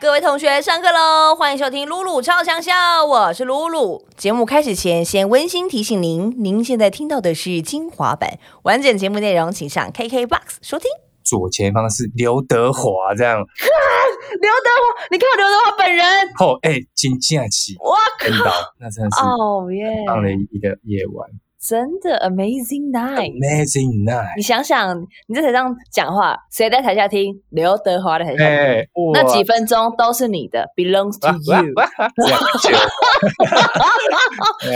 各位同学，上课喽！欢迎收听露露超强笑，我是露露。节目开始前，先温馨提醒您，您现在听到的是精华版，完整节目内容请上 KKBOX 收听。左前方是刘德华这样。刘德华，你看到刘德华本人，后哎，金假期哇看到，那真的是哦耶，棒的一个夜晚真的 amazing night！ ，Amazing 你 Night。想想，你在台上讲话，谁在台下听？刘德华在台下听，哎，那哇几分钟都是你的，belongs to you。 哇哇哇哇这样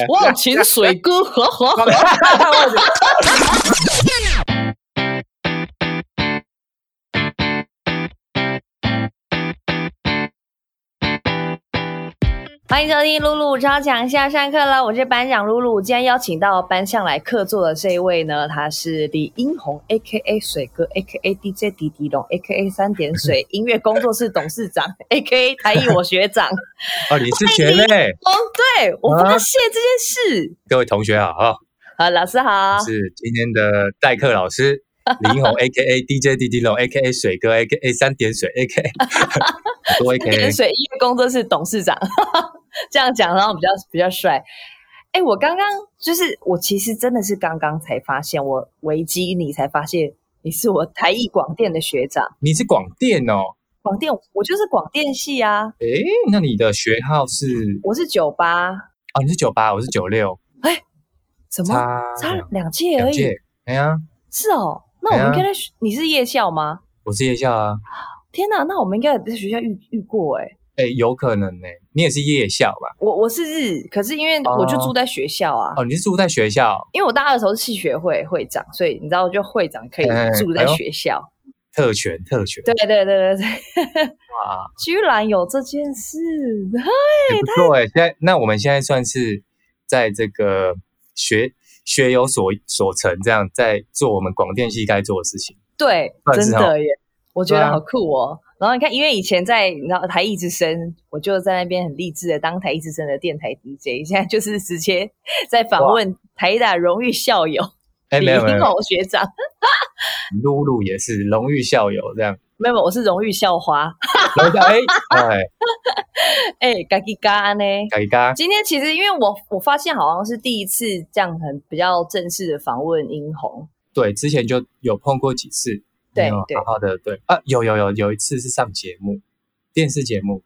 久忘情水 哥，呵呵呵。欢迎收听露露超强下上课了，我是班长露露。今天邀请到班上来客座的这一位呢，他是李英红 （A K A 水哥 （A K A DJ 迪迪龙 ）（A K A 三点 水音乐工作室董事长 （A K A 台艺我学 长哦，你是学妹，）。哦，对，我发现这件事。各位同学好哈，好，老师好我。是今天的代课老 师。林红 A K A D J D D 龙 A K A 水哥 A K A 三点水 A K A 多 A K 点 A 水音乐工作室董事长， 这样讲然后比较比较帅。哎、我刚刚就是我其实真的是刚刚才发现，我维基你才发现你是我台艺广电的学长，你是广电哦，广电我就是广电系啊，诶，那你的学号是我是九八，哦，你是九八，我是九六，什么差差两届而两已届，，哎呀，是哦，那我哎们呀应该在学、你是夜校吗？我是夜校啊，天哪，那我们应该也在学校遇遇过哎、哎、有可能呢、你也是夜校吧？我我是日，可是因为我就哦住在学校啊，哦，你是住在学校因为我大二的时候是系学会会长，所以你知道，就会长可以哎住在哎呦学校。特权特权对对对对对，哇，居然有这件事，也不错哎、现在那我们现在算是在这个学学有所所成，这样在做我们广电系该做的事情。对，算真是哦的耶，我觉对得啊好酷哦。然后你看，因为以前在你知道台艺之声，我就在那边很励志的当台艺之声的电台 DJ，现在就是直接 在访问台艺大荣誉校友哎、李没有没有英没有，红学长。露露也是荣誉校友这样。没有，我是荣誉校花。然后就 哎哎，哎，嘎叽嘎呢？嘎一啊嘎，今天其实因为我我发现好像是第一次这样很比较正式的访问英红，对，之前就有碰过几次，对没有对好好的对啊，有有有有一次是上节目，电视节目，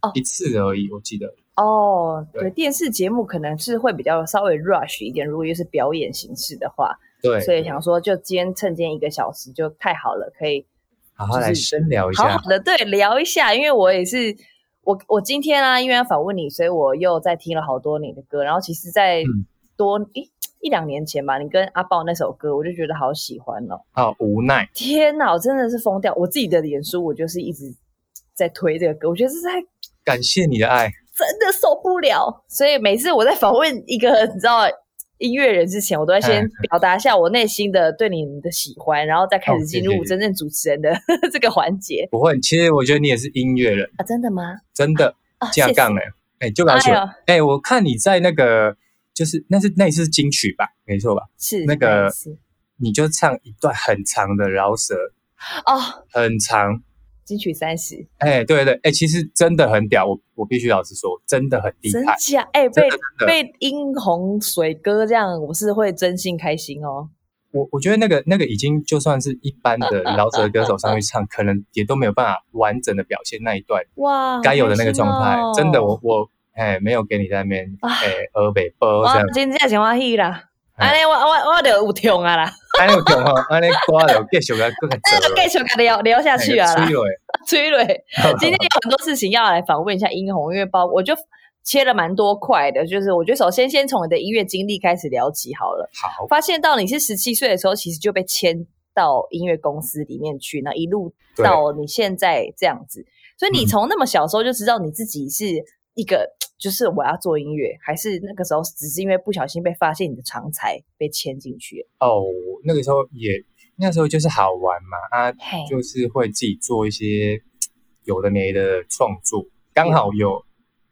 哦一次而已，我记得。哦，对，对电视节目可能是会比较稍微 rush 一点，如果又是表演形式的话，对，所以想说就今天趁今天一个小时就太好了，可以好好就来是深聊一好下好。的对聊一下，因为我也是我我今天啊，因为要访问你，所以我又在听了好多你的歌，然后其实，在嗯多、一一两年前吧，你跟阿豹那首歌，我就觉得好喜欢哦，好无奈，天哪，我真的是疯掉，我自己的脸书我就是一直在推这个歌，我觉得这是在感谢你的爱。真的受不了。所以每次我在访问一个你知道音乐人之前，我都会先嗯表达一下我内心的对你们的喜欢，然后再开哦始谢进谢入谢真正主持人的 这个环节不会，其实我觉得你也是音乐人，啊！真的吗？真的啊，架谢谢杠哎哎，就搞哎笑呦哎！我看你在那个就是那是那是金曲吧，没错吧？是那个不好意思你就唱一段很长的饶舌，哦，很长。金曲三十，哎，对对，哎，其实真的很屌，我我必须老实说，真的很厉真害，假？哎、真被的真的。被殷红水哥这样，我是会真心开心哦。我我觉得那个那个已经就算是一般的饶舌歌手上去唱，可能也都没有办法完整的表现那一段哇，该有的那个状态，哦好开心哦真的我我哎没有给你在那边啊哎耳 北波这哇样，，真正喜欢喜啦。哎安尼我我我就有痛啊啦，安尼有讲吼，安尼歌就继续来更较 那走就继续跟聊聊下去啊啦吹，落 催 泪。今天有很多事情要来访问一下殷红，因为包我就切了蛮多块的，就是我觉得首先先从你的音乐经历开始聊起好了。好，发现到你是十七岁的时候，其实就被签到音乐公司里面去，那一路对到你现在这样子，所以你嗯从那么小时候就知道你自己是一个，就是我要做音乐，还是那个时候只是因为不小心被发现你的长才被签进去？哦，那个时候也那时候就是好玩嘛啊，嘿，就是会自己做一些有的没的创作，刚好有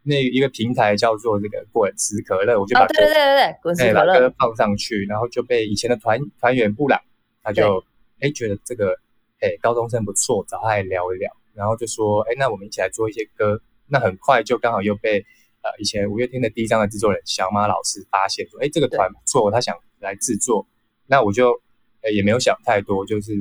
那一个平台叫做这个滚石可乐，我就哦把，对对对歌对对，滚石哎可把乐歌放上去，然后就被以前的团团员布朗他就哎觉得这个哎、高中生不错，找他来聊一聊。然后就说，哎、那我们一起来做一些歌。那很快就刚好又被呃以前五月天的第一张的制作人小马老师发现说，哎、这个团不错，他想来制作。那我就呃也没有想太多，就是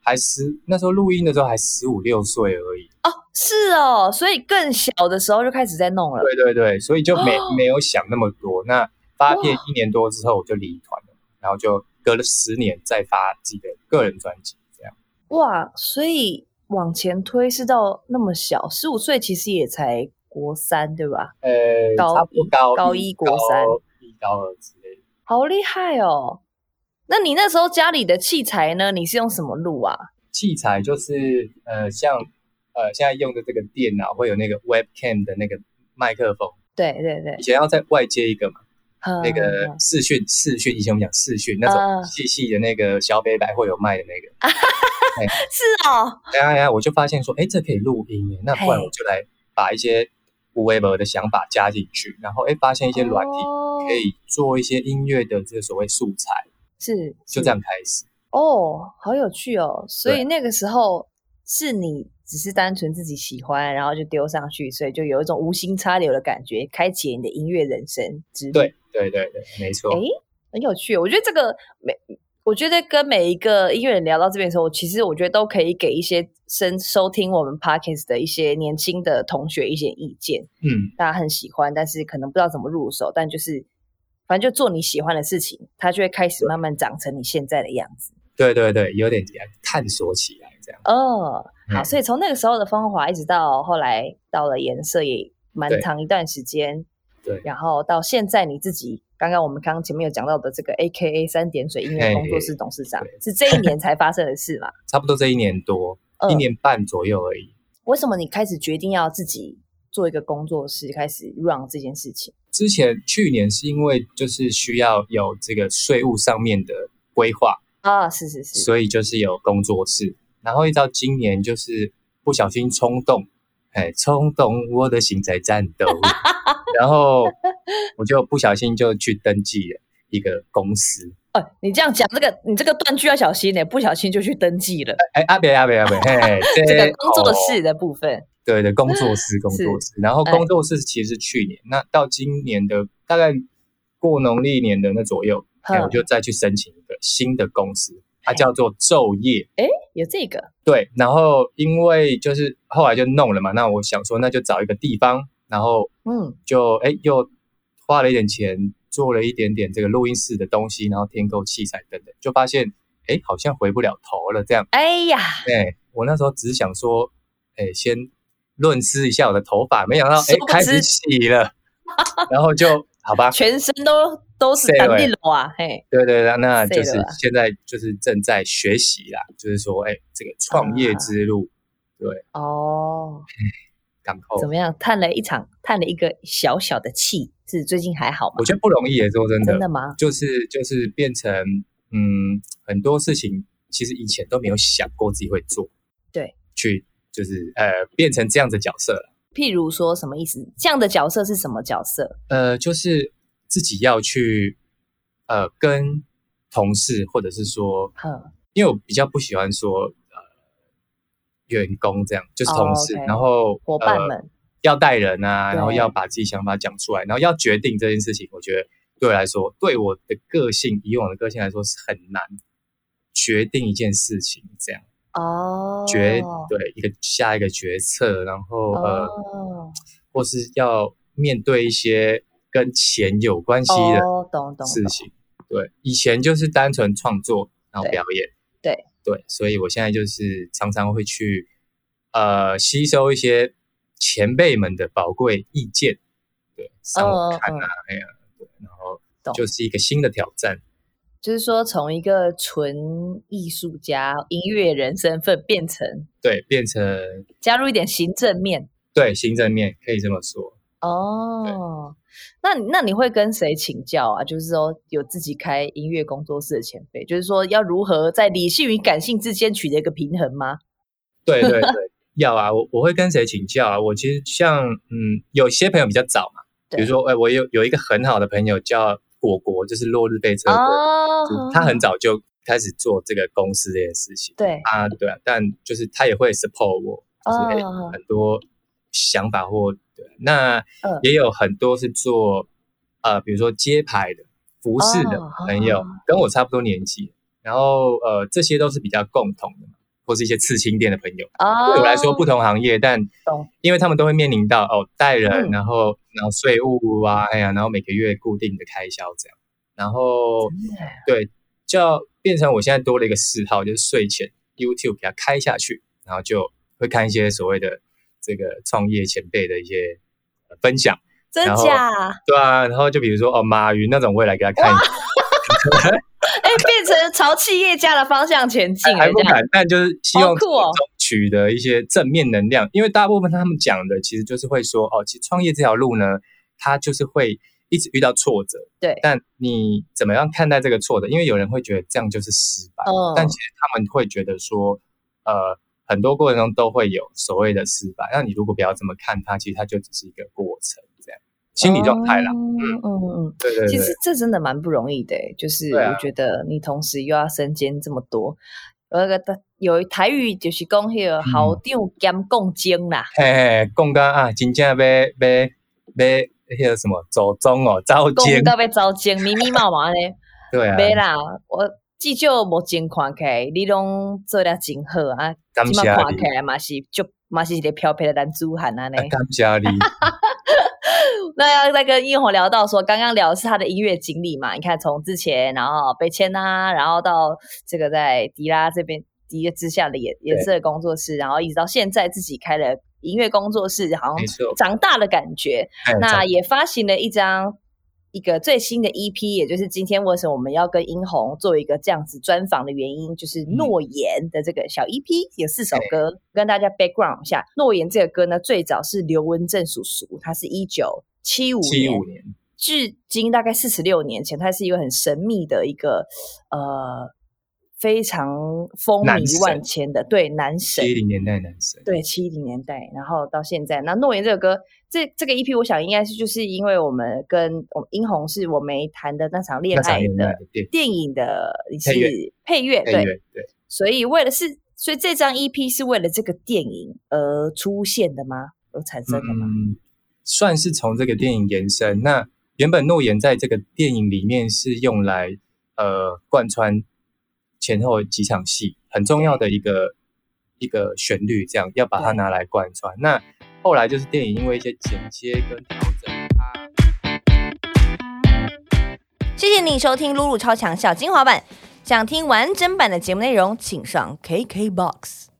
还十那时候录音的时候还十五六岁而已。哦，是哦，所以更小的时候就开始在弄了。对对对，所以就没、哦没有想那么多。那发片哇一年多之后我就离团了，然后就隔了十年再发自己的个人专辑，这样。哇，所以往前推是到那么小，十五岁其实也才国三，对吧？呃，高差不多一高高一国三高一高二之类的。好厉害哦！那你那时候家里的器材呢？你是用什么录啊？器材就是呃，像呃现在用的这个电脑会有那个 webcam 的那个麦克风，对对对嗯以，前要在外接一个嘛，那那个视讯视讯，以前我们讲视讯那种嗯细细的那个小北百会有卖的那个，是哦，哎呀呀，我就发现说，哎，这可以录音耶，那不然嘿我就来把一些无微博的想法加进去，然后哎发现一一些软哦体可以做一些音乐的这个所谓素材，是就是这样开始。哦，好有趣哦！所对以那个时候是你只是单纯自己喜欢，然后就丢上去，所以就有一种无心插柳的感觉，开启你的音乐人生之旅。对对对对，没错。诶很有趣。我觉得这个每，我觉得跟每一个音乐人聊到这边的时候，其实我觉得都可以给一些生收听我们 podcast 的一些年轻的同学一些意见。嗯，大家很喜欢，但是可能不知道怎么入手，但就是反正就做你喜欢的事情，它就会开始慢慢长成你现在的样子。对对对，有点探索起来这样。哦，好，嗯所以从那个时候的芳华，一直到后来到了颜色，也蛮对长一段时间。对然后到现在你自己，刚刚我们刚刚前面有讲到的这个 A K A 三点水音乐工作室董事长嘿嘿，是这一年才发生的事 嘛？差不多这一年多，嗯一年半左右而已。为什么你开始决定要自己做一个工作室，开始 run 这件事情？之前去年是因为就是需要有这个税务上面的规划，啊，是是是，所以就是有工作室。然后一直到今年就是不小心冲动，哎，冲动我的心在战 斗，然后我就不小心就去登记了一个公司。哦，你这样讲这个，你这个断句要小心呢、不小心就去登记了。哎，阿北阿北阿北，嘿， 这个这哦工作室的部分，对的，工作室，工作室。然后哎工作室其实是去年，那到今年的大概过农历年的那左右，哎，哼我就再去申请一个新的公司，它嘿叫做昼夜。有这个对，然后因为就是后来就弄了嘛，那我想说那就找一个地方，然后嗯，就哎又花了一点钱，做了一点点这个录音室的东西，然后添购器材等等，就发现哎好像回不了头了这样。哎呀，哎，我那时候只是想说，哎，先润湿一下我的头发，没想到哎殊不开始知洗了，然后就好吧，全身都都是对当喂地楼啊，嘿，对对对，那就碎是了吧现在就是正在学习啦，就是说哎，这个创啊业之路哦，赶后怎，么样？叹了一场，叹了一个小小的气，是最近还好吗我？觉得不容易也说真真的，的吗？就是就是变成嗯很多事情其实以前都没有想过自己会做，对，去就是呃变成这样的角色了，譬如说什么意思？这样的角色是什么角色？呃，就是自己要去呃跟同事或者是说，哼，因为我比较不喜欢说呃员工这样，就是哦同事， ，OK 然后伙伴呃们，要带人啊，然后对要把自己想法讲出来，然后要决定这件事情，我觉得对我来说，对我的个性以往的个性来说是很难决定一件事情这样。哦，决对一个下一个决策，然后、呃，哦或是要面对一些跟钱有关系的哦，懂懂懂，事情。对，以前就是单纯创作，然后对表演。对对，所以我现在就是常常会去呃吸收一些前辈们的宝贵意见，对，嗯上网看啊，哎呀、对，然后哦懂就是一个新的挑战。就是说从一个纯艺术家、音乐人身份变成对，变成加入一点行政面对行政面可以这么说。哦。那你那你会跟谁请教啊？就是说有自己开音乐工作室的前辈，就是说要如何在理性与感性之间取得一个平衡吗？对 对对，要啊，我我会跟谁请教啊？我其实像嗯，有些朋友比较早嘛，比对如说哎、我有有一个很好的朋友叫果果，就是落日飞车的哦就，他很早就开始做这个公司这件事 情。对，啊，对啊，但就是他也会 support 我，就是、哦欸很多想法或对，啊那嗯也有很多是做、呃，比如说街牌的服饰的哦朋友，哦跟我差不多年纪，然后呃，这些都是比较共同的嘛，或是一些刺青店的朋友。哦，对我来说，不同行业，但懂因为他们都会面临到哦，带人，嗯然后然后税务啊，哎呀，然后每个月固定的开销这样，然后真的耶啊对，就要变成我现在多了一个嗜好，就是睡前 YouTube 给它开下去，然后就会看一些所谓的这个创业前辈的一些呃分享，真然后假？对啊，然后就比如说哦，马云那种，我也来给他看一下。哎，变成朝企业家的方向前进了，还不这样敢，但就是希好望酷从哦中取得一些正面能量，因为大部分他们讲的其实就是会说，哦，其实创业这条路呢，它就是会一直遇到挫折，对，但你怎么样看待这个挫折？因为有人会觉得这样就是失败，嗯，但其实他们会觉得说，呃，很多过程中都会有所谓的失败，那你如果不要这么看它，其实它就只是一个过程，这样心理状态啦，嗯嗯嗯。对对对，其实这真的蛮不容易的欸、就是对啊我觉得你同时又要身兼这么多，有一个有一台语就是讲迄个嗯好丢兼共精啦，嘿嘿，讲到啊，真正要要要迄个什么祖宗哦， 招共奸，到要糟精，密密麻麻咧， 对啊，没啦，我。至少目前看起来，你拢做得真好啊！感即谢马看你起，来嘛是就嘛是一个飘飘的男子汉安尼啊。感谢 你，那要再跟一红聊到说，刚刚聊的是他的音乐经历嘛？你看从之前，然后被签啊，然后到这个在迪拉这边迪拉之下的演演色工作室，然后一直到现在自己开了音乐工作室，好没像错，长大的感觉。哎那长也发行了一张。一个最新的 EP，也就是今天为什么我们要跟殷红做一个这样子专访的原因，就是《嗯诺言》的这个小 EP 有四首对歌，跟大家 background 一下，《诺言》这个歌呢，最早是刘文正叔叔，他是一九七五七年五年，至今大概四十六年前，它是一个很神秘的一个呃非常风男靡神万千的对男神，七零年代男生，对七零年代，然后到现在，那诺言这个歌，这这个 EP 我想应该是就是因为我们跟我们殷红是我没谈的那场恋那场爱恋爱的的电电影的是配乐配乐配对，乐，对，所以为了是所以这张 EP 是为了这个电影而出现的吗？而产生的吗？嗯，算是从这个电影延伸。那原本诺言在这个电影里面是用来呃贯穿前后几场戏很重要的一个一个旋律，这样要把它对拿来贯穿。那后来就是电影因为一些剪接跟调整，它谢谢你收听《露露超强小精华版》，想听完整版的节目内容，请上 KKBOX。